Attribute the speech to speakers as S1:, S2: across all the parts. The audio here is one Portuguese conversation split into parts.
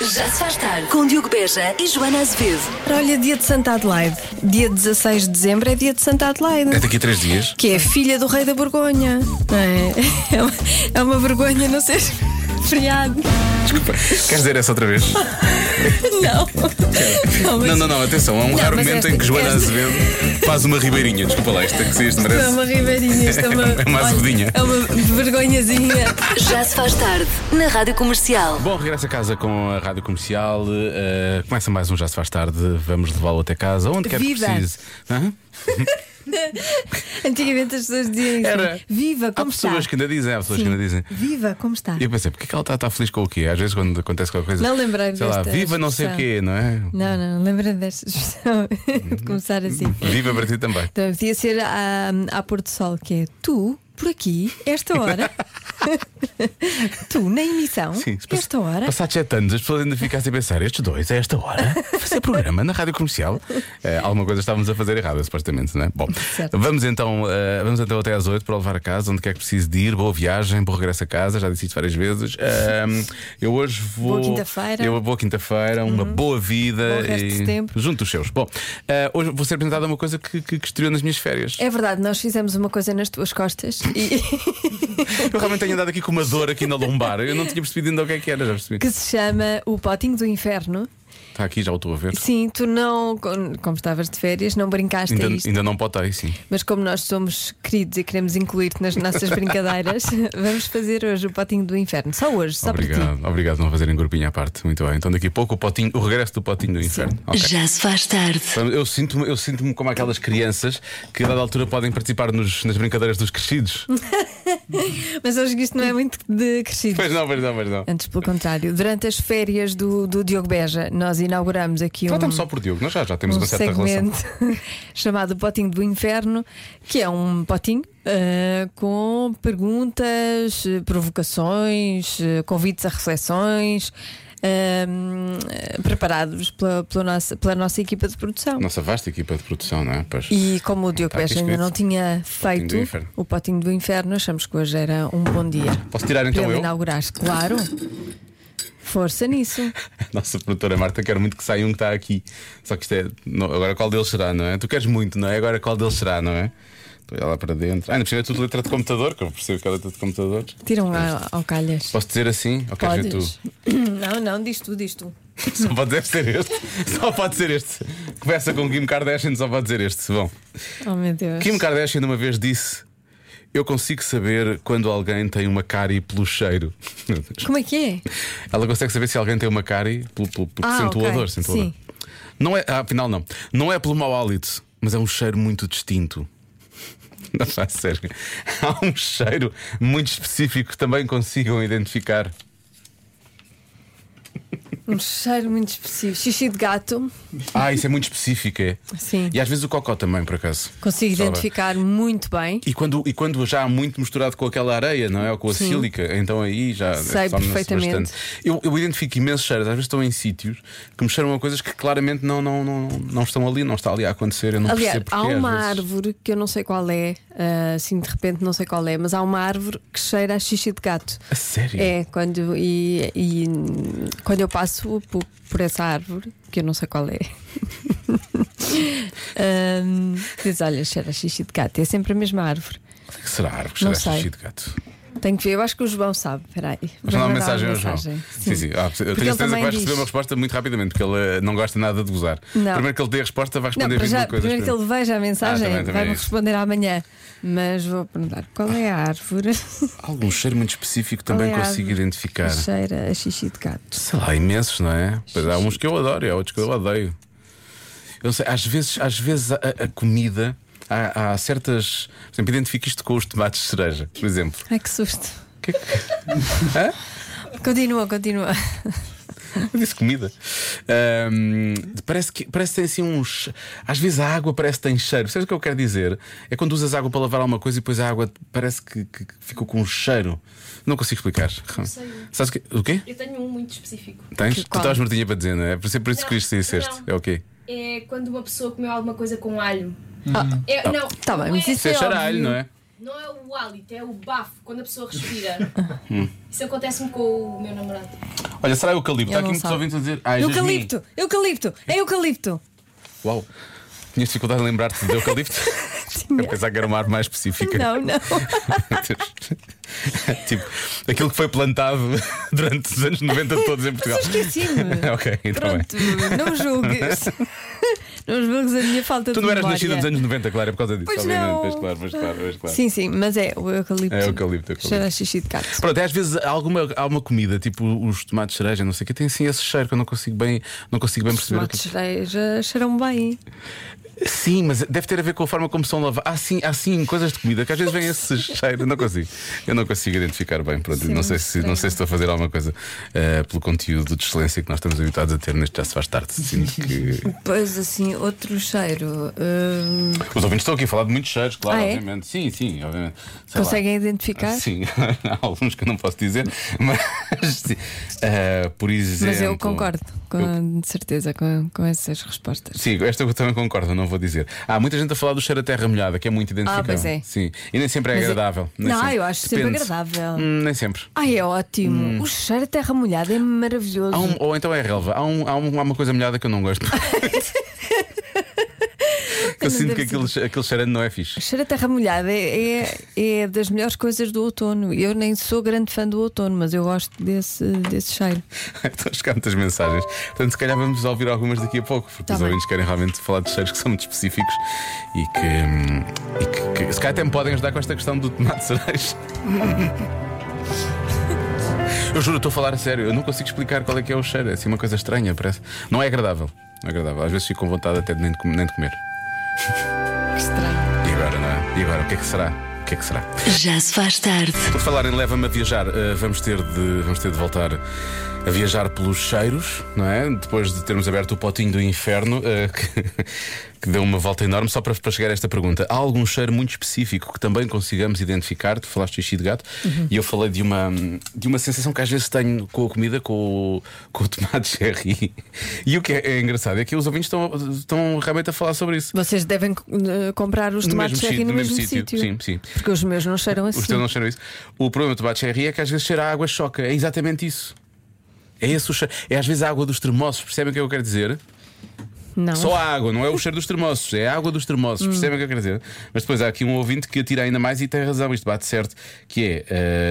S1: Já se faz tarde com Diogo Beja e Joana Azevedo.
S2: Olha, dia de Santa Adelaide. Dia 16 de dezembro é dia de Santa
S3: É
S2: Adelaide.
S3: daqui a três dias.
S2: Que é filha do rei da Borgonha. não é? É uma, é uma vergonha não ser feriado.
S3: Desculpa. Queres dizer essa outra vez?
S2: Não. Não, mas
S3: Não, não, não, atenção. Há um
S2: Não,
S3: raro
S2: mas
S3: momento
S2: esta-
S3: em que Joana
S2: esta-
S3: Azevedo faz uma ribeirinha. Desculpa lá, isto é que se isto
S2: isto é
S3: merece.
S2: uma ribeirinha, isto é uma,
S3: É uma
S2: olha,
S3: azudinha.
S2: é uma vergonhazinha.
S1: Já se faz tarde na Rádio Comercial.
S3: Bom, regresso a casa com a Rádio Comercial. eh, começa mais um Já Se Faz Tarde. Vamos levá-lo até casa, onde quer
S2: Viva.
S3: que precise. Hã?
S2: Antigamente as pessoas diziam isso.
S3: Era.
S2: Viva,
S3: Há
S2: como está?
S3: pessoas que ainda dizem, há pessoas
S2: Sim.
S3: que ainda dizem.
S2: Viva, como está?
S3: E eu pensei, porque é que ela está tá feliz com o quê? Às vezes quando acontece qualquer coisa.
S2: Não lembrei-me
S3: Sei lá,
S2: desta
S3: viva não sei o
S2: expressão.
S3: quê, não é?
S2: Não, não, lembra desta expressão de começar assim.
S3: Viva para ti também.
S2: Então, podia ser à, à pôr do sol, que é tu, por aqui, esta hora. tu, na emissão,
S3: se pass-
S2: esta hora.
S3: Passados sete anos, as pessoas ainda ficassem a pensar: estes dois, a esta hora, fazer programa na rádio comercial. Eh, alguma coisa estávamos a fazer errada, supostamente, não é? Bom,
S2: Certo.
S3: vamos então, eh, vamos então até às oito para o levar a casa, onde quer que precise de ir. Boa viagem, bom regresso a casa, já disse isto várias vezes. Ahm, eu hoje vou.
S2: Boa quinta-feira. Uhum.
S3: Eu, boa quinta-feira, uma boa vida.
S2: Bom resto de
S3: e-
S2: setembro.
S3: Junto dos seus. Bom, eh, hoje vou ser apresentado a uma coisa que, que, que estreou nas minhas férias.
S2: É verdade, nós fizemos uma coisa nas tuas costas e É
S3: Eu realmente tenho andado aqui com uma dor aqui na lombar. Eu não tinha percebido ainda o que é que era, já percebi.
S2: que se chama O Potinho do Inferno.
S3: Está aqui, já o estou a ver.
S2: Sim, tu não, com- como estavas de férias, não brincaste
S3: Ainda,
S2: a é isto.
S3: ainda não potei, sim.
S2: Mas como nós somos queridos e queremos incluir-te nas nossas brincadeiras, vamos fazer hoje o Potinho do Inferno. Só hoje, só para Tá ti.
S3: Obrigado, obrigado por não fazerem grupinho à parte. Muito bem. Então daqui a pouco o potinho, o regresso do potinho do inferno. Ok.
S1: Já se faz tarde
S3: Eu sinto-me eu sinto como aquelas crianças que a dada altura podem participar nos- nas brincadeiras dos crescidos.
S2: Uhum. Mas hoje isto não é muito de crescido.
S3: Pois não, pois não, pois não.
S2: Antes, pelo contrário, durante as férias do, do Diogo Beja, nós inauguramos aqui um,
S3: Tratamos só por Diogo, nós já, já temos
S2: um
S3: uma certa relação.
S2: segmento chamado Potinho do Inferno, que é um potinho ah, com perguntas, eh, provocações, eh, convites a reflexões, ahm, eh, preparados pela, pela nossa, pela nossa equipa de produção.
S3: Nossa vasta equipa de produção, não é? Pois.
S2: E como o Diogo
S3: Tá aqui
S2: Beja ainda
S3: escrito.
S2: não tinha feito
S3: do Inferno.
S2: o Potinho do Inferno, achamos que hoje era um bom dia.
S3: Posso tirar então
S2: para ele
S3: eu?
S2: inaugurares, claro. Força nisso.
S3: Nossa produtora Marta, quero muito que saia um que está aqui. Só que isto é. não, agora qual deles será, não é? Tu queres muito, não é? Agora qual deles será, não é? Estou a olhar lá para dentro. Ah, não precisa é tudo letra de computador, que eu percebo que é letra de computador.
S2: Tiram lá ao calhas.
S3: Posso dizer assim? Ou queres ver tu?
S2: Podes. Não, não, diz tu, diz tu.
S3: Só pode deve ser este. Só pode ser este. Começa com Kim Kardashian, só pode ser este. Bom,
S2: Oh meu Deus.
S3: Kim Kardashian uma vez disse: Eu consigo saber quando alguém tem uma cárie pelo cheiro. Meu Deus.
S2: Como é que é?
S3: Ela consegue saber se alguém tem uma cárie pelo, pelo, pelo
S2: Ah,
S3: sente o
S2: ok.
S3: odor. sente o
S2: Sim.
S3: odor. Não é, ah, afinal, não. Não é pelo mau hálito, mas é um cheiro muito distinto. Não faz sério. Há um cheiro muito específico que também consigam identificar.
S2: Um cheiro muito específico. Xixi de gato.
S3: Ah, isso é muito específico, é?
S2: Sim.
S3: E às vezes o cocó também, por acaso.
S2: Consigo
S3: Sabe?
S2: identificar muito bem.
S3: E quando, e quando já há muito misturado com aquela areia, não é? Ou com a
S2: Sim.
S3: sílica, então aí já
S2: Sei
S3: some-se
S2: perfeitamente.
S3: bastante. Eu, eu identifico imensos cheiros, às vezes estou em sítios que me cheiram a coisas que claramente não, não, não, não estão ali, não está ali a acontecer. Eu não
S2: Aliás,
S3: percebo
S2: há
S3: porquê, às
S2: uma
S3: vezes.
S2: árvore que eu não sei qual é, ah, assim de repente não sei qual é, mas há uma árvore que cheira a xixi de gato.
S3: A sério?
S2: É, quando, e, e, hum, quando eu passo po- por, essa árvore, que eu não sei qual é, hum, diz: Olha, cheira a xixi de gato. É sempre a mesma árvore.
S3: O que será a árvore que
S2: Não
S3: cheira a
S2: sei.
S3: xixi de gato?
S2: Tenho que ver, eu acho que o João sabe. Peraí.
S3: Mas
S2: Vou
S3: não há
S2: mandar
S3: mensagem ao João.
S2: mensagem.
S3: Sim, sim. Ah, eu
S2: Porque
S3: tenho
S2: ele
S3: certeza que
S2: também
S3: vais
S2: diz.
S3: receber uma resposta muito rapidamente, porque ele eh, não gosta nada de gozar.
S2: Não.
S3: Primeiro que ele dê a resposta, vai
S2: Não,
S3: responder
S2: para
S3: 20
S2: já,
S3: mil coisas.
S2: primeiro que ele veja a
S3: Ah,
S2: mensagem,
S3: também, também
S2: vai-me
S3: é isso.
S2: responder amanhã. Mas vou perguntar qual é a árvore que
S3: Há Algum cheiro muito específico também
S2: Qual é a
S3: consigo
S2: árvore?
S3: identificar.
S2: cheira a xixi de gato.
S3: Sei lá, imensos, não é? Pois há uns que eu adoro e há outros que eu odeio. Eu não sei, às vezes, às vezes a, a- a comida. Há, há certas. Por exemplo, identifico isto com os tomates de cereja, por exemplo.
S2: Ai que susto.
S3: Que-
S2: Continua, continua.
S3: Eu disse comida. Ahm, parece, que, parece que tem assim uns. Às vezes a água parece que tem cheiro. Sabes o que eu quero dizer? É quando usas água para lavar alguma coisa e depois a água parece que, que- que ficou com um cheiro. Não consigo explicar. Sabes o quê? O quê?
S4: Eu tenho um muito específico.
S3: Tens?
S2: Que
S3: tu
S2: qual?
S3: estavas mortinha para dizer, não é? Por isso, por isso que
S4: Não,
S3: isto disseste. É
S4: não.
S3: o quê?
S4: É quando uma pessoa comeu alguma coisa com alho.
S3: Ah.
S4: É, não,
S2: tá bem,
S4: não
S2: mas isso
S4: é,
S3: Isso é cheiro a
S2: óbvio.
S3: alho, não é?
S4: não é
S3: Hum.
S4: o hálito, é o bafo, quando a pessoa respira. isso acontece-me com o meu namorado.
S3: Olha, será eucalipto?
S2: Ele
S3: Há aqui
S2: não
S3: muitos
S2: sabe.
S3: ouvintes a dizer. Ah, é jasmim.
S2: Eucalipto, eucalipto, é eucalipto.
S3: Uau! Tinhas dificuldade em lembrar-te de eucalipto? Eu pensava que era uma árvore mais específica.
S2: Não, não.
S3: tipo, aquilo que foi plantado durante os anos 90 todos em Portugal.
S2: Mas eu esqueci-me.
S3: ok, então bem.
S2: Pronto, não me julgues. não me julgues a minha falta de
S3: Tu não eras
S2: memória.
S3: nascida nos anos 90, claro, é por causa disso.
S2: Pois
S3: obviamente.
S2: não.
S3: Pois claro, pois claro, pois claro.
S2: Sim, sim, mas é o eucalipto.
S3: É eucalipto, eucalipto.
S2: Cheira a xixi de gato.
S3: Pronto, é às vezes há alguma, há uma comida, tipo os tomates cereja, não sei o que, tem sim esse cheiro que eu não consigo bem, não consigo bem
S2: Os
S3: perceber. o que-
S2: tomates cereja cheiram bem.
S3: Sim, mas deve ter a ver com a forma como são lavados. Há sim, há sim coisas de comida que às vezes vem esse cheiro. Eu não consigo. Eu não consigo identificar bem. Pronto,
S2: Sim,
S3: não, sei se, não
S2: estranho.
S3: sei se estou a fazer alguma coisa eh, pelo conteúdo de excelência que nós estamos habituados a ter neste Já Se Faz Tarde. Sinto que.
S2: Pois assim, outro cheiro. hum,
S3: Os ouvintes estão aqui a falar de muitos cheiros, claro,
S2: Ah, é?
S3: obviamente. Sim, sim, obviamente. Sei lá. Assim,
S2: conseguem identificar?
S3: Sim, há alguns que eu não posso dizer, mas sim. Eh, por exemplo.
S2: Mas eu concordo, com, de certeza, com, com essas respostas.
S3: Sim, esta eu também concordo, não vou dizer. Há muita gente a falar do cheiro a terra molhada, que é muito identificável.
S2: pois é.
S3: Sim. E nem sempre é
S2: Mas é-
S3: agradável. nem
S2: Não,
S3: sempre.
S2: eu acho sempre
S3: Depende.
S2: agradável.
S3: Hum, nem sempre.
S2: Ai, é ótimo. O cheiro de terra molhada é maravilhoso.
S3: Há um- ou então é relva. Há, um- há um- há uma coisa molhada que eu não gosto. eu sinto que
S2: deve
S3: aquele, che- aquele cheirando não é fixe.
S2: O cheiro a terra molhada é, é, é das melhores coisas do outono. Eu nem sou grande fã do outono, mas eu gosto desse, desse cheiro.
S3: Estão a chegar muitas mensagens. Portanto, se calhar vamos ouvir algumas daqui a pouco, porque
S2: Tá
S3: os
S2: bem.
S3: ouvintes querem realmente falar de cheiros que são muito específicos e que, hum, e que- que- se calhar até me podem ajudar com esta questão do tomate cereja. Eu juro, estou a falar a sério, eu não consigo explicar qual é que é o cheiro, é assim uma coisa estranha, parece. Não é agradável, não é agradável. Às vezes fico com vontade até de nem de com- nem de comer.
S2: Estranho.
S3: E agora, não é? E agora, o que é que será? O que é que será?
S1: Já se faz tarde.
S3: Por falar em leva-me a viajar, eh, vamos, ter de, vamos ter de voltar a viajar pelos cheiros, não é? Depois de termos aberto o potinho do inferno, eh, que, que deu uma volta enorme, só para, para chegar a esta pergunta. Há algum cheiro muito específico que também consigamos identificar? Tu falaste de xixi de gato
S2: Uhum.
S3: e eu falei de uma, de uma sensação que às vezes tenho com a comida, com o, com o tomate cherry. E o que é, é engraçado é que os ouvintes estão, estão realmente a falar sobre isso.
S2: Vocês devem eh, comprar os
S3: No
S2: tomates
S3: mesmo
S2: cherry
S3: sítio,
S2: no
S3: no
S2: mesmo
S3: mesmo sítio.
S2: sítio.
S3: Sim, sim.
S2: Porque os meus não cheiram assim.
S3: Os teus não cheiram isso. O problema do tomate cherry é que às vezes cheira a água choca. É exatamente isso. É esse o cheiro. É às vezes a água dos termossos. Percebem o que eu quero dizer?
S2: Não.
S3: Só a água, não é o cheiro dos termossos. É a água dos termossos. Percebem o que eu quero dizer? Mas depois há aqui um ouvinte que atira ainda mais e tem razão. Isto bate certo. Que é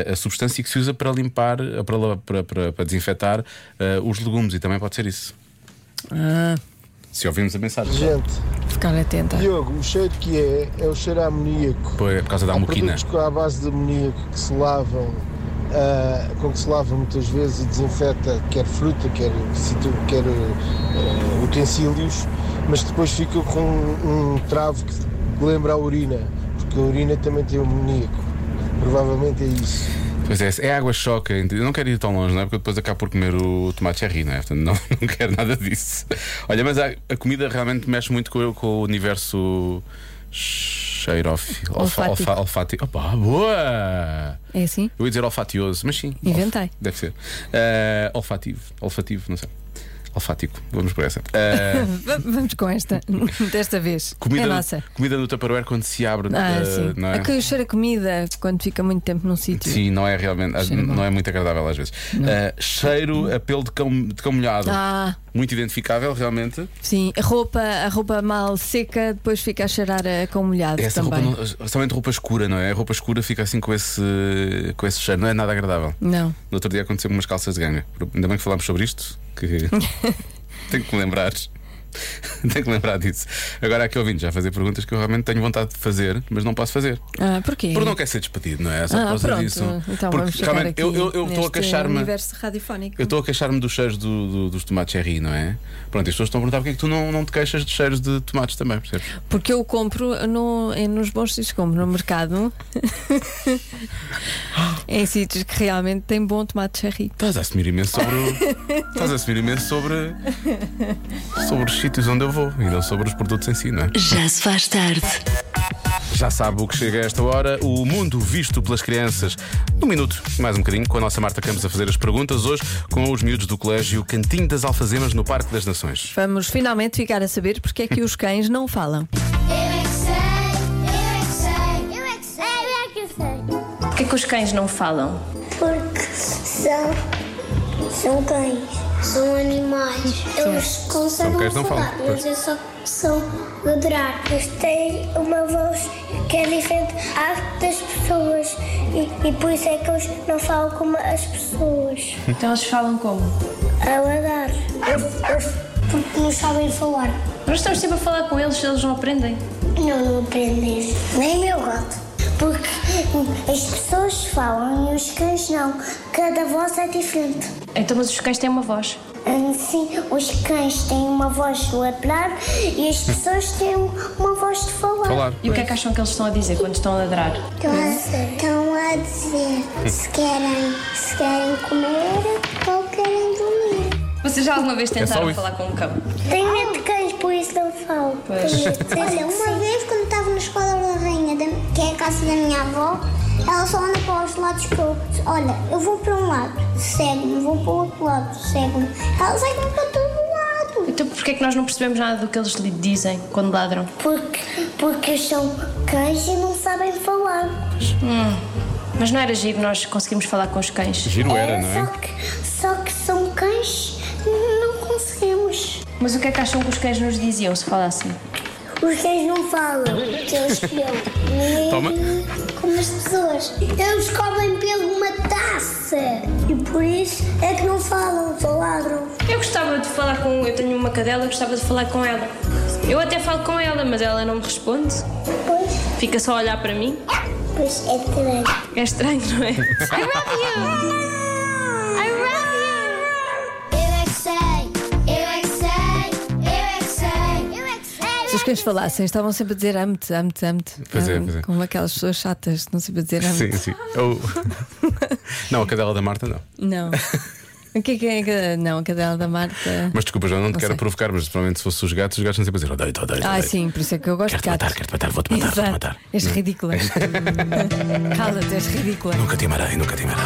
S3: eh, a substância que se usa para limpar, eh, para, la- para, para- para desinfetar eh, os legumes. E também pode ser isso.
S2: Ah,
S3: Se ouvirmos a mensagem.
S5: Gente,
S2: ficar atenta.
S5: Diogo, o cheiro que é, é o cheiro a amoníaco.
S3: Pô, é por causa da
S5: Há
S3: amoquina.
S5: produtos que à base de amoníaco que se lavam, ah, com que se lava muitas vezes e desinfeta, quer fruta, quer, situ- quer ah, utensílios, mas depois fica com um, um travo que lembra a urina, porque a urina também tem amoníaco. Provavelmente é isso.
S3: Pois é, é água choca. ent- Eu não quero ir tão longe, não é? Porque eu depois acabo por comer o tomate cherry, não é? Portanto, não, não quero nada disso. Olha, mas a, a comida realmente mexe muito com, com o universo cheirófilo. Olfa,
S2: Olfático.
S3: olfa, olfati- Opa, boa!
S2: É assim?
S3: Eu ia dizer olfatioso, mas sim.
S2: Inventei.
S3: olf- Deve ser. Eh, olfativo, olfativo, não sei. Olfático, vamos por essa. Eh,
S2: Va- Vamos com esta, desta vez.
S3: comida,
S2: é nossa.
S3: comida no Tupperware quando se abre.
S2: Ah,
S3: eh,
S2: sim.
S3: não é?
S2: A que cheira a comida quando fica muito tempo num sítio.
S3: Sim, não é realmente,
S2: Cheira
S3: não
S2: mal.
S3: é muito agradável às vezes. Ah, cheiro a pelo de cão, de cão molhado.
S2: Ah,
S3: Muito identificável, realmente.
S2: sim. A roupa, a roupa mal seca, depois fica a cheirar a com molhado
S3: É Essa
S2: também.
S3: roupa, não- somente roupa escura, não é? A roupa escura fica assim com esse, com esse cheiro, não é nada agradável.
S2: não.
S3: No outro dia aconteceu umas calças de ganga. Ainda bem que falámos sobre isto, que tenho que me lembrar. tenho que lembrar disso. Agora, há aqui ouvindo já fazer perguntas que eu realmente tenho vontade de fazer, mas não posso fazer.
S2: Ah, porquê?
S3: Porque não quer ser despedido, não é? Só por
S2: Ah,
S3: causa
S2: pronto.
S3: disso.
S2: Então
S3: Porque
S2: vamos chegar
S3: realmente
S2: aqui
S3: eu- eu- eu estou a
S2: neste
S3: queixar-me.
S2: universo radiofónico.
S3: Eu estou a queixar-me dos cheiros do- do- dos tomates cherry, não é? Pronto, as pessoas estão a perguntar porque é que tu não, não te queixas de cheiros de tomates também, percebes?
S2: Porque eu compro no, em- nos bons sítios, compro no mercado. em sítios que realmente têm bom tomate cherry.
S3: Estás a assumir imenso sobre. o- Estás a assumir imenso sobre. sobre os sítios onde eu vou e não sobre os produtos em si, não é?
S1: Já se faz tarde.
S3: Já sabe o que chega a esta hora, o mundo visto pelas crianças. Num minuto, mais um bocadinho, com a nossa Marta Campos a fazer as perguntas, hoje com os miúdos do colégio Cantinho das Alfazemas no Parque das Nações.
S2: Vamos finalmente ficar a saber porque é que os cães não falam.
S6: Eu é que sei, eu é que sei, eu é que sei, eu é que sei.
S4: Porquê que os cães não falam?
S6: Porque são São cães, são animais. Eles
S3: São
S6: conseguem
S3: cães, não falam,
S6: falar, mas é só que são ladrar. Eles têm uma voz que é diferente à das pessoas e, e por isso é que eles não falam como as pessoas.
S4: Então eles falam como?
S6: A ladrar. Eles, eles, É porque não sabem falar.
S4: Nós estamos sempre a falar com eles, eles não aprendem.
S6: Não, não aprendem. Nem meu gato. Porque as pessoas falam e os cães não. Cada voz é diferente.
S4: Então, mas os cães têm uma voz.
S6: Ah, Sim, os cães têm uma voz de ladrar e as pessoas têm uma voz de falar.
S3: Falar.
S4: E o que é que acham que eles estão a dizer quando estão a ladrar?
S6: Estão, a, estão a dizer se querem, se querem comer ou querem dormir.
S4: Vocês já alguma vez
S3: é só
S4: tentaram
S3: isso.
S4: falar com um cão?
S6: Tenho medo de cães, por isso não falo.
S4: Pois.
S6: Olha, uma vez quando estava na escola da rainha, da- que é a casa da minha avó, ela só anda para os lados que eu. Olha, eu vou para um lado, segue-me, vou para o outro lado, segue-me. Ela segue-me para todo lado.
S4: Então porquê é que nós não percebemos nada do que eles lhe dizem quando ladram?
S6: Porque, porque são cães e não sabem falar.
S4: Mas não era giro nós conseguimos falar com os cães.
S3: Giro era, não
S6: Só
S3: é?
S6: que, só que são cães, não conseguimos.
S4: Mas o que é que acham que os cães nos diziam se falassem?
S6: Os cães não falam, que eles comem. Nem
S3: Toma.
S6: Como as pessoas. Então Eles comem pelo uma taça. E por isso é que não falam, só ladram.
S4: Eu gostava de falar com. Eu tenho uma cadela, eu gostava de falar com ela. Eu até falo com ela, mas ela não me responde.
S6: Pois,
S4: Fica só a olhar para mim.
S6: pois é estranho.
S4: É estranho, não é?
S6: Eu é que sei, eu é que sei, eu é que sei, eu é que sei.
S2: Se os cães falassem, estavam sempre a dizer amo-te, amo-te, amo-te.
S3: Pois é,
S2: Ah,
S3: pois é.
S2: Como aquelas pessoas chatas, não sempre a dizer amo-te.
S3: Sim, sim. Eu- Não, a cadela da Marta não.
S2: Não. O que é que é? a cadela- Não, a cadela da Marta.
S3: Mas desculpa, João, não te quero
S2: sei.
S3: provocar, mas provavelmente se fossem os gatos, os gatos não sempre a dizer odeio, odeio.
S2: Ah, sim, por isso é que eu gosto
S3: Quero-te
S2: de gatos.
S3: matar, quero-te matar, vou-te matar, vou-te
S2: Exato.
S3: matar.
S2: És ridícula. Cala-te, és ridícula.
S3: Nunca te amarei, nunca te amarei.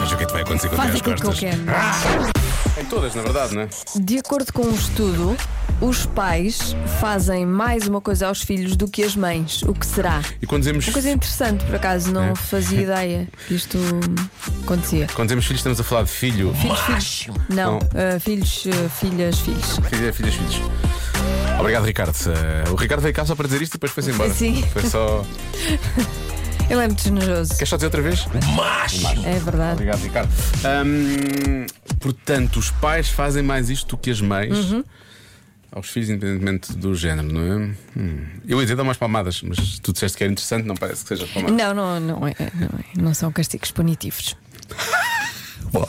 S3: Veja o que é que vai acontecer contigo
S2: Faz
S3: às
S2: aquilo que eu
S3: costas.
S2: quero.
S3: Em todas, na verdade, não é?
S2: De acordo com um estudo, os pais fazem mais uma coisa aos filhos do que as mães. O que será?
S3: E quando dizemos,
S2: Uma coisa interessante, por acaso,
S3: É.
S2: não fazia ideia que isto acontecia.
S3: quando dizemos filhos, estamos a falar de filho. Filhos,
S2: Não,
S3: Não.
S2: ah, filhos, ah, filhas, filhos.
S3: Filhas, filhas, filhos. Obrigado, Ricardo. Eh, o Ricardo veio cá só para dizer isto e depois foi-se embora.
S2: Sim.
S3: Foi só.
S2: Ele é muito generoso,
S3: Queres só dizer outra vez?
S2: é verdade.
S3: Obrigado, Ricardo. Hum, portanto, os pais fazem mais isto do que as mães
S2: Uhum.
S3: aos filhos, independentemente do género, não é? Hum. Eu ia dizer dar umas palmadas, mas tu disseste que era interessante, não parece que seja palmadas.
S2: Não, não, não é, não é. Não são castigos punitivos
S3: Bom.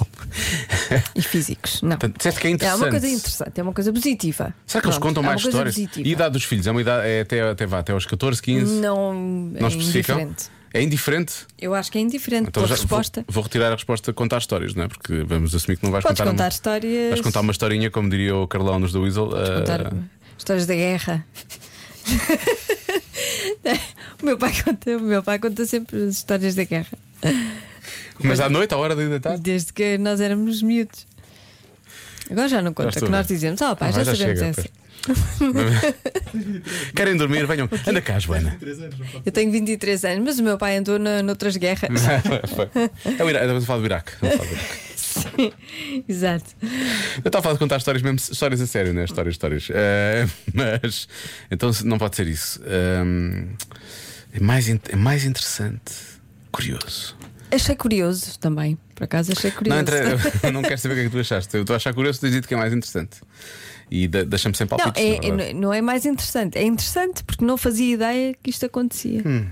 S2: e físicos, não.
S3: Portanto, disseste que é
S2: É
S3: interessante.
S2: uma coisa interessante, é uma coisa positiva.
S3: Será que eles
S2: Pronto,
S3: contam
S2: é uma
S3: mais
S2: coisa
S3: histórias?
S2: positiva.
S3: E a idade dos filhos? É uma idade, é até, até, vá, até aos 14, 15?
S2: Não,
S3: não
S2: é
S3: especificam?
S2: indiferente.
S3: É indiferente?
S2: Eu acho que é indiferente
S3: Então
S2: pela
S3: já vou-
S2: resposta.
S3: Vou, retirar a resposta de contar histórias, não é? Porque vamos assumir que não vais
S2: Podes
S3: contar.
S2: contar
S3: uma,
S2: histórias.
S3: Vais contar uma historinha, como diria o Carlão nos do Weasel. eh,
S2: contar histórias da guerra. o, meu pai conta, o meu pai conta sempre as histórias da guerra.
S3: mas à noite, à hora de deitar?
S2: Desde que nós éramos miúdos. Agora já não conta,
S3: estou
S2: que nós
S3: bem.
S2: dizemos, oh pai,
S3: Ah,
S2: já,
S3: já
S2: sabemos
S3: chega,
S2: essa.
S3: Querem dormir? Venham. Anda cá, Joana.
S2: Eu tenho 23 anos, mas o meu pai andou na, noutras guerras.
S3: Hum. É o Iraque. Estamos a falar do Iraque. Estamos a falar do Iraque.
S2: Sim, exato.
S3: Eu estava a falar de contar histórias mesmo, histórias a sério, né? Histórias, histórias. Eh, mas então se- não pode ser isso. Ehm, é, mais, in- é mais interessante. Curioso.
S2: Achei curioso também, por acaso achei curioso.
S3: Não, entre- eu não quero saber o que é que tu achaste. Eu estou a achar curioso, tu dito que é mais interessante. E de- deixa-me sem
S2: Não,
S3: palpites.
S2: é-
S3: na
S2: é-
S3: verdade.
S2: não é mais interessante. É interessante porque não fazia ideia que isto acontecia.
S3: Hum.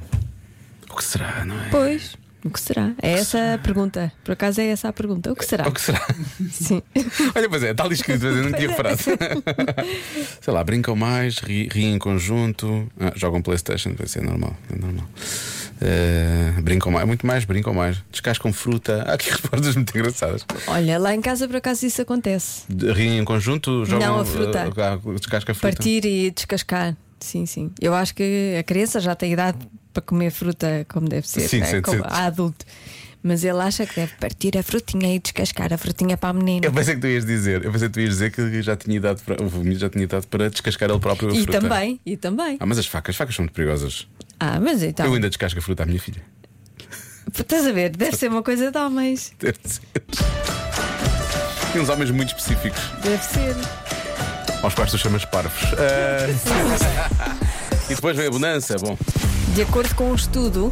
S3: O que será, não é?
S2: Pois, o que será? É essa a pergunta. Por acaso é essa a pergunta. O que será?
S3: O que será?
S2: Sim.
S3: Olha, pois é, está ali escrito, mas eu não tinha parado.
S2: é.
S3: Sei lá, brincam mais, ri- riem em conjunto, ah, jogam Playstation, vai ser normal, é normal. Eh, brincam mais, muito mais, brincam mais, descascam fruta. Há aqui respostas muito engraçadas.
S2: Olha, lá em casa por acaso isso acontece.
S3: De- Riem em conjunto, jogam
S2: Não, a fruta.
S3: eh, ah, descasca a fruta.
S2: Partir e descascar. Sim, sim. Eu acho que a criança já tem idade para comer fruta como deve ser.
S3: Sim,
S2: né?
S3: sim,
S2: como
S3: sim.
S2: a adulto. Mas ele acha que deve partir a frutinha e descascar a frutinha para a menina.
S3: Eu pensei que tu ias dizer, eu pensei que tu ias dizer que já tinha idade para, o menino já tinha idade para descascar ele próprio a
S2: E
S3: fruta.
S2: também, e também.
S3: Ah, mas as facas, as facas são muito perigosas.
S2: Ah, mas então.
S3: Eu ainda descasco a fruta à minha filha.
S2: Estás a ver? Deve ser uma coisa de homens.
S3: Deve ser. Tem uns homens muito específicos,
S2: Deve ser.
S3: aos quais tu chamas parvos. Ah, e depois vem a bonança. Bom,
S2: De acordo com um estudo,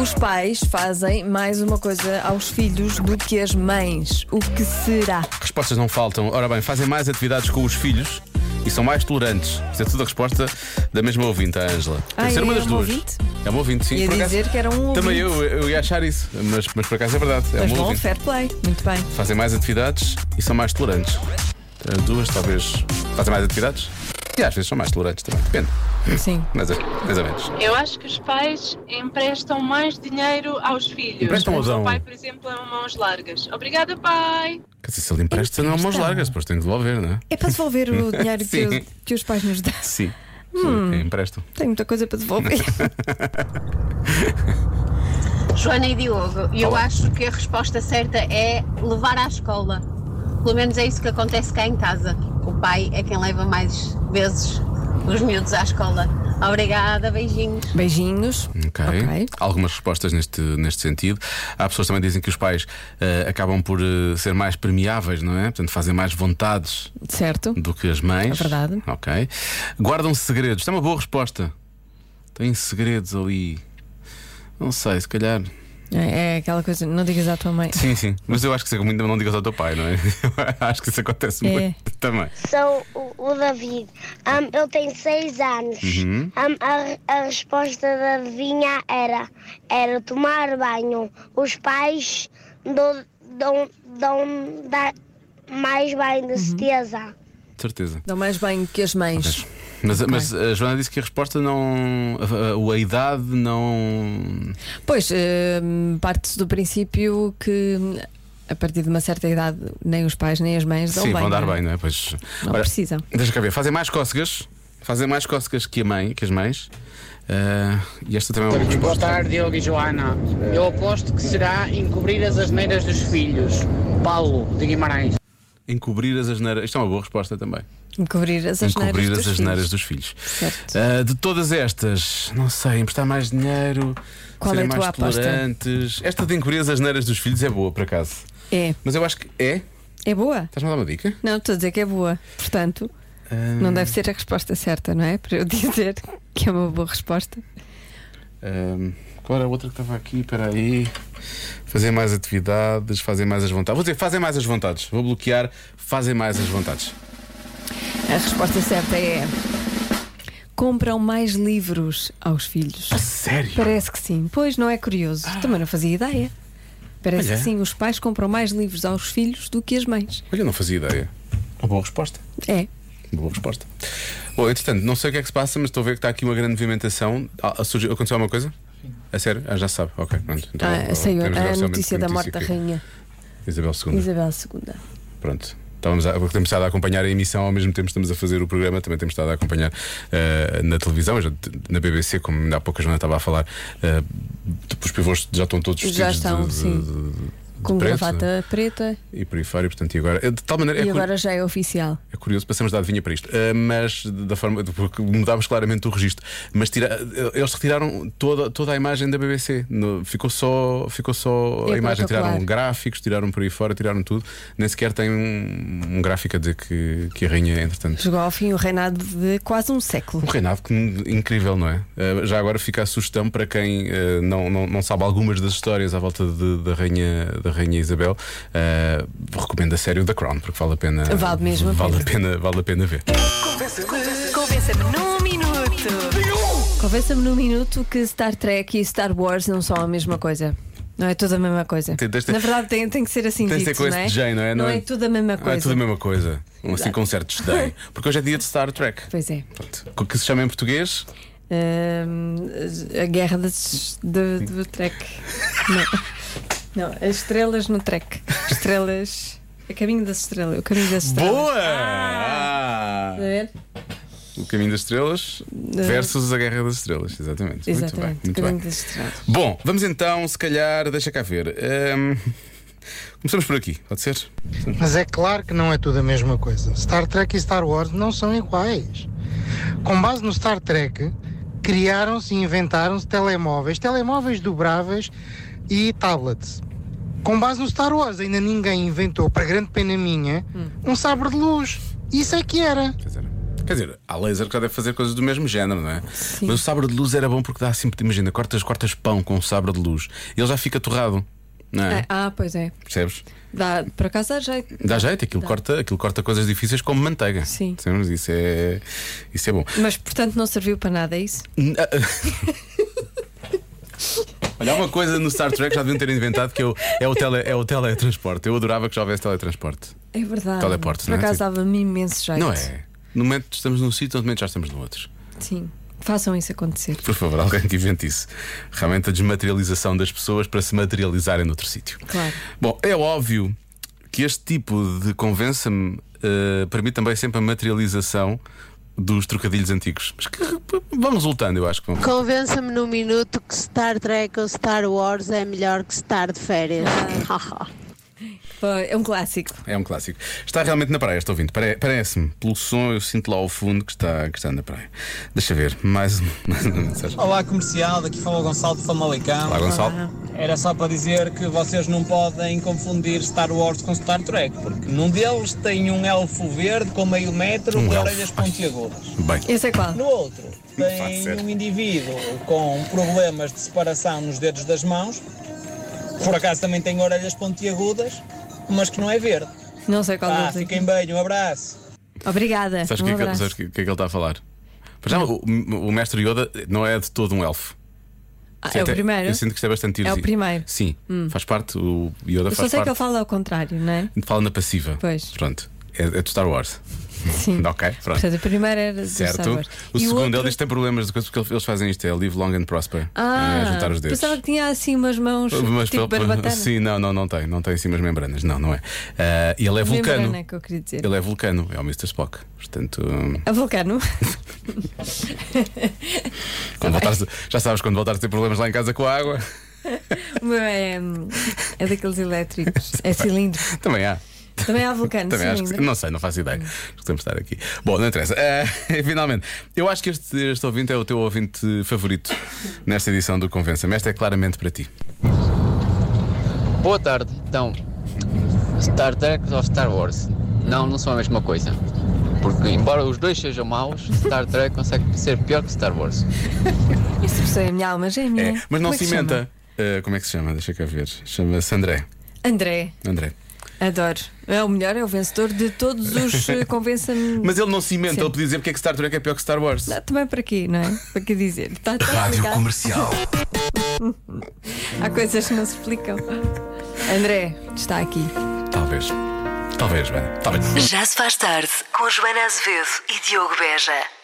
S2: os pais fazem mais uma coisa aos filhos do que as mães. O que será?
S3: respostas não faltam. Ora bem, fazem mais atividades com os filhos e são mais tolerantes. Isto é tudo a resposta da mesma ouvinte, a Ângela.
S2: Ah,
S3: Deve ser
S2: é
S3: uma das
S2: uma
S3: duas.
S2: ouvinte?
S3: É uma ouvinte, sim.
S2: Ia
S3: Por acaso,
S2: dizer que era um
S3: Também eu,
S2: ouvinte.
S3: eu ia achar isso, mas, mas por acaso é verdade. É
S2: Mas
S3: uma
S2: bom,
S3: ouvinte.
S2: fair play. Muito bem.
S3: Fazem mais atividades e são mais tolerantes. As duas, talvez, fazem mais atividades e às vezes são mais tolerantes também. Depende,
S2: Sim.
S3: mas é, mais ou menos.
S7: Eu acho que os pais emprestam mais dinheiro aos filhos.
S3: Emprestam ou
S7: o
S3: dão?
S7: meu pai, por exemplo, é um mãos largas. Obrigada, pai!
S3: Quer dizer, se ele empresta, não há mãos
S2: Empresta.
S3: largas, depois tem de devolver, não é?
S2: É para devolver o dinheiro que,
S3: Sim.
S2: os- que os pais nos dão.
S3: Sim.
S2: Hum.
S3: é Emprestam.
S2: Tenho muita coisa para devolver.
S8: Joana e Diogo, eu acho que a resposta certa é levar à escola. Pelo menos é isso que acontece cá em casa. O pai é quem leva mais vezes os miúdos à escola. Obrigada, beijinhos.
S2: Beijinhos.
S3: Ok.
S2: Ok.
S3: Algumas respostas neste, neste sentido. Há pessoas que também dizem que os pais eh, acabam por eh, ser mais premiáveis, não é? Portanto, fazem mais vontades
S2: Certo?
S3: do que as mães.
S2: É verdade.
S3: Ok. Guardam segredos. Isto é uma boa resposta. Têm segredos ali. Não sei, se calhar.
S2: É, é aquela coisa, não digas à tua mãe.
S3: Sim, sim. Mas eu acho que isso muito não digas ao teu pai, não é? Eu acho que isso acontece
S2: É.
S3: muito também.
S6: Sou o, o David. Ahm, ele tem seis anos. Ahm, a, re- a resposta da adivinha era, era tomar banho. Os pais dão, dão, dão dá mais banho de certeza.
S3: De certeza.
S2: Dão mais bem que as mães.
S3: Mas, mas a Joana disse que a resposta não. A, a, a idade não.
S2: Pois, hum, parte-se do princípio que hum, a partir de uma certa idade, nem os pais nem as mães dão
S3: Sim,
S2: bem.
S3: vão dar
S2: não é?
S3: bem, não é? Pois.
S2: Não precisam.
S3: Deixa cá ver. Fazem mais cócegas. Fazem mais cócegas que, a mãe, que as mães. Ah, e esta também é uma boa
S9: Boa
S3: resposta.
S9: tarde, Diogo e Joana. Eu aposto que será encobrir as asneiras dos filhos. Paulo de Guimarães.
S3: Encobrir as asneiras. Isto é uma boa resposta também.
S2: Encobrir as asneiras.
S3: Encobrir
S2: dos
S3: as
S2: filhos.
S3: asneiras dos filhos.
S2: Certo.
S3: Ah, de todas estas, não sei, emprestar mais dinheiro,
S2: Qual
S3: serem
S2: é a tua
S3: mais
S2: aposta?
S3: tolerantes. Esta de encobrir as asneiras dos filhos é boa, por acaso.
S2: É.
S3: Mas eu acho que é.
S2: É boa?
S3: Estás-me a dar uma dica?
S2: Não, estou a dizer que é boa. Portanto,
S3: Hum.
S2: não deve ser a resposta certa, não é? Para eu dizer que é uma boa resposta.
S3: Ahm, Ehm, qual era a outra que estava aqui? Espera aí. Fazer mais atividades, fazer mais as vontades. Vou dizer, fazem mais as vontades. Vou bloquear, fazem mais as vontades.
S2: A resposta certa é. Compram mais livros aos filhos.
S3: Sério?
S2: Parece que sim. Pois não é curioso.
S3: Ah.
S2: Também não fazia ideia. Parece
S3: Olha.
S2: que sim, os pais compram mais livros aos filhos do que as mães.
S3: Olha, eu não fazia ideia. Uma boa resposta.
S2: É.
S3: Boa resposta. Bom, entretanto, não sei o que é que se passa, mas estou a ver que está aqui uma grande movimentação. Ah, surgiu- aconteceu alguma coisa? A sério? Ah, já sabe. Ok, pronto. Então,
S2: Ah, saiu
S3: temos
S2: a
S3: oficialmente
S2: notícia da morte da
S3: que-
S2: rainha
S3: Isabel II.
S2: Isabel II.
S3: Pronto. Estávamos a, temos estado a acompanhar a emissão, ao mesmo tempo que estamos a fazer o programa, também temos estado a acompanhar eh, na televisão, já- na BBC, como ainda há pouco a Joana estava a falar, eh, os pivôs já estão todos
S2: Já
S3: vestidos
S2: estão,
S3: de, de-
S2: sim.
S3: de- de
S2: Com
S3: preto né?
S2: gravata preta
S3: e por aí fora, e portanto, e agora, eh, de tal maneira, é,
S2: e
S3: curi-
S2: agora já é oficial.
S3: é curioso, passamos da adivinha para isto, Eh, mas da forma, porque mudámos claramente o registro, mas tira- eh, eles retiraram toda, toda a imagem da BBC, No- ficou só, ficou só
S2: É
S3: a
S2: protocolar.
S3: imagem, tiraram gráficos, tiraram por aí fora, tiraram tudo, nem sequer tem um, um gráfico a dizer que, que a rainha, entretanto.
S2: Chegou ao fim o reinado de quase um século.
S3: Um reinado que, incrível, não é? Eh, já agora fica a sugestão para quem eh, não, não, não sabe algumas das histórias à volta de- da, rainha, da Rainha Isabel, eh, recomendo a série The Crown, porque vale a pena.
S2: Vale mesmo a
S3: vale a
S2: pena.
S3: pena, vale a pena ver.
S1: Convença-me num minuto.
S2: Convença-me num minuto que Star Trek e Star Wars não são a mesma coisa. Não é tudo a mesma coisa.
S3: Tem- tens-
S2: Na verdade, tem, tem que ser assim
S3: Tem de
S2: dito,
S3: ser com
S2: não
S3: esse
S2: é?
S3: DJ, não é?
S2: Não é tudo a mesma
S3: Não é
S2: coisa.
S3: tudo a mesma coisa. Um assim com certo desdém. Porque hoje é dia de Star Trek.
S2: Pois é.
S3: Pronto. Que se chama em português?
S2: Hum, a guerra das, do, do Trek. Não. não, as estrelas no Trek. Estrelas. A caminho das estrelas. O caminho das estrelas.
S3: Boa!
S2: Está a ver?
S3: O Caminho das Estrelas versus a Guerra das Estrelas. Exatamente.
S2: Exatamente.
S3: Muito
S2: o
S3: bem.
S2: caminho
S3: Muito bem.
S2: das estrelas.
S3: Bom, vamos então, se calhar, deixa cá ver. Hum, começamos por aqui, pode ser?
S10: Mas é claro que não é tudo a mesma coisa. Star Trek e Star Wars não são iguais. Com base no Star Trek, criaram-se e inventaram-se telemóveis, telemóveis dobráveis e tablets. com base no Star Wars. Ainda ninguém inventou, para grande pena minha, um sabre de luz. Isso é que era.
S3: Quer dizer, há laser que já deve fazer coisas do mesmo género, não é? Mas o sabre de luz era bom porque dá assim, imagina, cortas, cortas pão com o sabre de luz ele já fica torrado, não é?
S2: É, Ah, pois é.
S3: Percebes?
S2: Dá, por acaso dá jeito.
S3: Dá jeito, aquilo,
S2: Dá.
S3: Corta, aquilo corta coisas difíceis como manteiga.
S2: Sim.
S3: Percebes? Isso é, isso é bom.
S2: Mas portanto não serviu para nada, é isso?
S3: Olha, há uma coisa no Star Trek que já deviam ter inventado que eu, é, o tele, é o teletransporte. Eu adorava que já houvesse teletransporte.
S2: É verdade.
S3: Teleportes,
S2: por
S3: não é?
S2: acaso
S3: Sim.
S2: dava-me imenso jeito.
S3: Não é? No momento estamos num sítio, no momento já estamos no outro.
S2: Sim. Façam isso acontecer.
S3: Por favor, alguém que invente isso. Realmente a desmaterialização das pessoas para se materializarem noutro sítio.
S2: Claro.
S3: Bom, é óbvio que este tipo de convença-me eh, permite também sempre a materialização dos trocadilhos antigos. Mas que vão resultando, eu acho que vão.
S11: Convença-me num minuto que Star Trek ou Star Wars é melhor que Star de férias.
S2: Foi- É um clássico.
S3: É um clássico. Está realmente na praia, estou ouvindo. Pare- Parece-me, pelo som, eu sinto lá ao fundo que está, que está na praia. Deixa ver, mais, uma- mais uma mensagem.
S12: Olá comercial, daqui fala o Gonçalo de Famalicão.
S3: Olá, Gonçalo.
S12: Era só para dizer que vocês não podem confundir Star Wars com Star Trek, porque num deles tem um elfo verde com meio metro
S3: Um
S12: e
S3: elfo.
S12: orelhas pontiagudas.
S3: Bem.
S2: Esse é qual?
S12: No outro tem um indivíduo com problemas de separação nos dedos das mãos, por acaso também tem orelhas pontiagudas, mas que não é verde.
S2: Não sei qual
S12: Ah,
S2: deles é.
S12: fiquem bem, um abraço.
S2: Obrigada.
S3: Sabes o
S2: um
S3: que, é que-
S2: abraço.
S3: sabes o que, o que é que ele está a falar? Pois já, o, o mestre Yoda não é de todo um elfo.
S2: Ah,
S3: Sim,
S2: é o
S3: até-
S2: primeiro?
S3: Eu sinto que isto é
S2: É
S3: bastante irosível.
S2: o primeiro.
S3: Sim,
S2: Hum.
S3: faz parte. O Yoda
S2: Eu só
S3: faz
S2: sei
S3: parte.
S2: que ele fala ao contrário, não é?
S3: Fala na passiva.
S2: Pois.
S3: Pronto. É, é do Star Wars.
S2: Sim.
S3: ok, pronto.
S2: Portanto, o primeiro era do Star
S3: Certo.
S2: Wars.
S3: O
S2: E
S3: segundo,
S2: outro-
S3: ele diz que tem problemas de coisas porque eles fazem isto: é live long and prosper.
S2: Ah,
S3: é, juntar os dedos.
S2: pensava que tinha assim umas mãos
S3: Mas
S2: tipo
S3: pelo-
S2: barbatana.
S3: sim, não, não, não tem, não tem assim umas membranas, não, não é. Ah, e ele é vulcano.
S2: Membrana, que eu queria dizer.
S3: Ele é vulcano, é o Mr. Spock. Portanto, hum,
S2: A vulcano.
S3: quando voltares- já sabes quando voltares a ter problemas lá em casa com a água.
S2: O meu é, hum, é daqueles elétricos. É cilindro.
S3: Também há.
S2: Também há vulcano.
S3: Também acho
S2: cilindro.
S3: que, não sei, não faço ideia. Acho que temos de estar aqui. Bom, não interessa. Eh, finalmente, eu acho que este, este ouvinte é o teu ouvinte favorito nesta edição do Convença-me. Esta é claramente para ti.
S13: Boa tarde. Então, Star Trek ou Star Wars? Não, não são a mesma coisa. Porque, embora os dois sejam maus, Star Trek consegue ser pior que Star Wars.
S2: Isso pessoa é a minha alma gêmea.
S3: Mas não
S2: Como é que se
S3: cimenta.
S2: chama?
S3: Eh, como é que se chama? Deixa cá ver. Chama-se André.
S2: André,
S3: André.
S2: adoro. É o melhor, é o vencedor de todos os eh, convença-me.
S3: Mas ele não cimenta,
S2: Sim.
S3: ele podia dizer porque é que Star Trek é pior que Star Wars.
S2: Não, Também para quê, não é? Para que dizer? Tá- tá
S3: Rádio
S2: explicado.
S3: Comercial.
S2: Há coisas que não se explicam. André está aqui.
S3: Talvez. Talvez, bem. Talvez.
S1: Já se faz tarde com Joana Azevedo e Diogo Beja.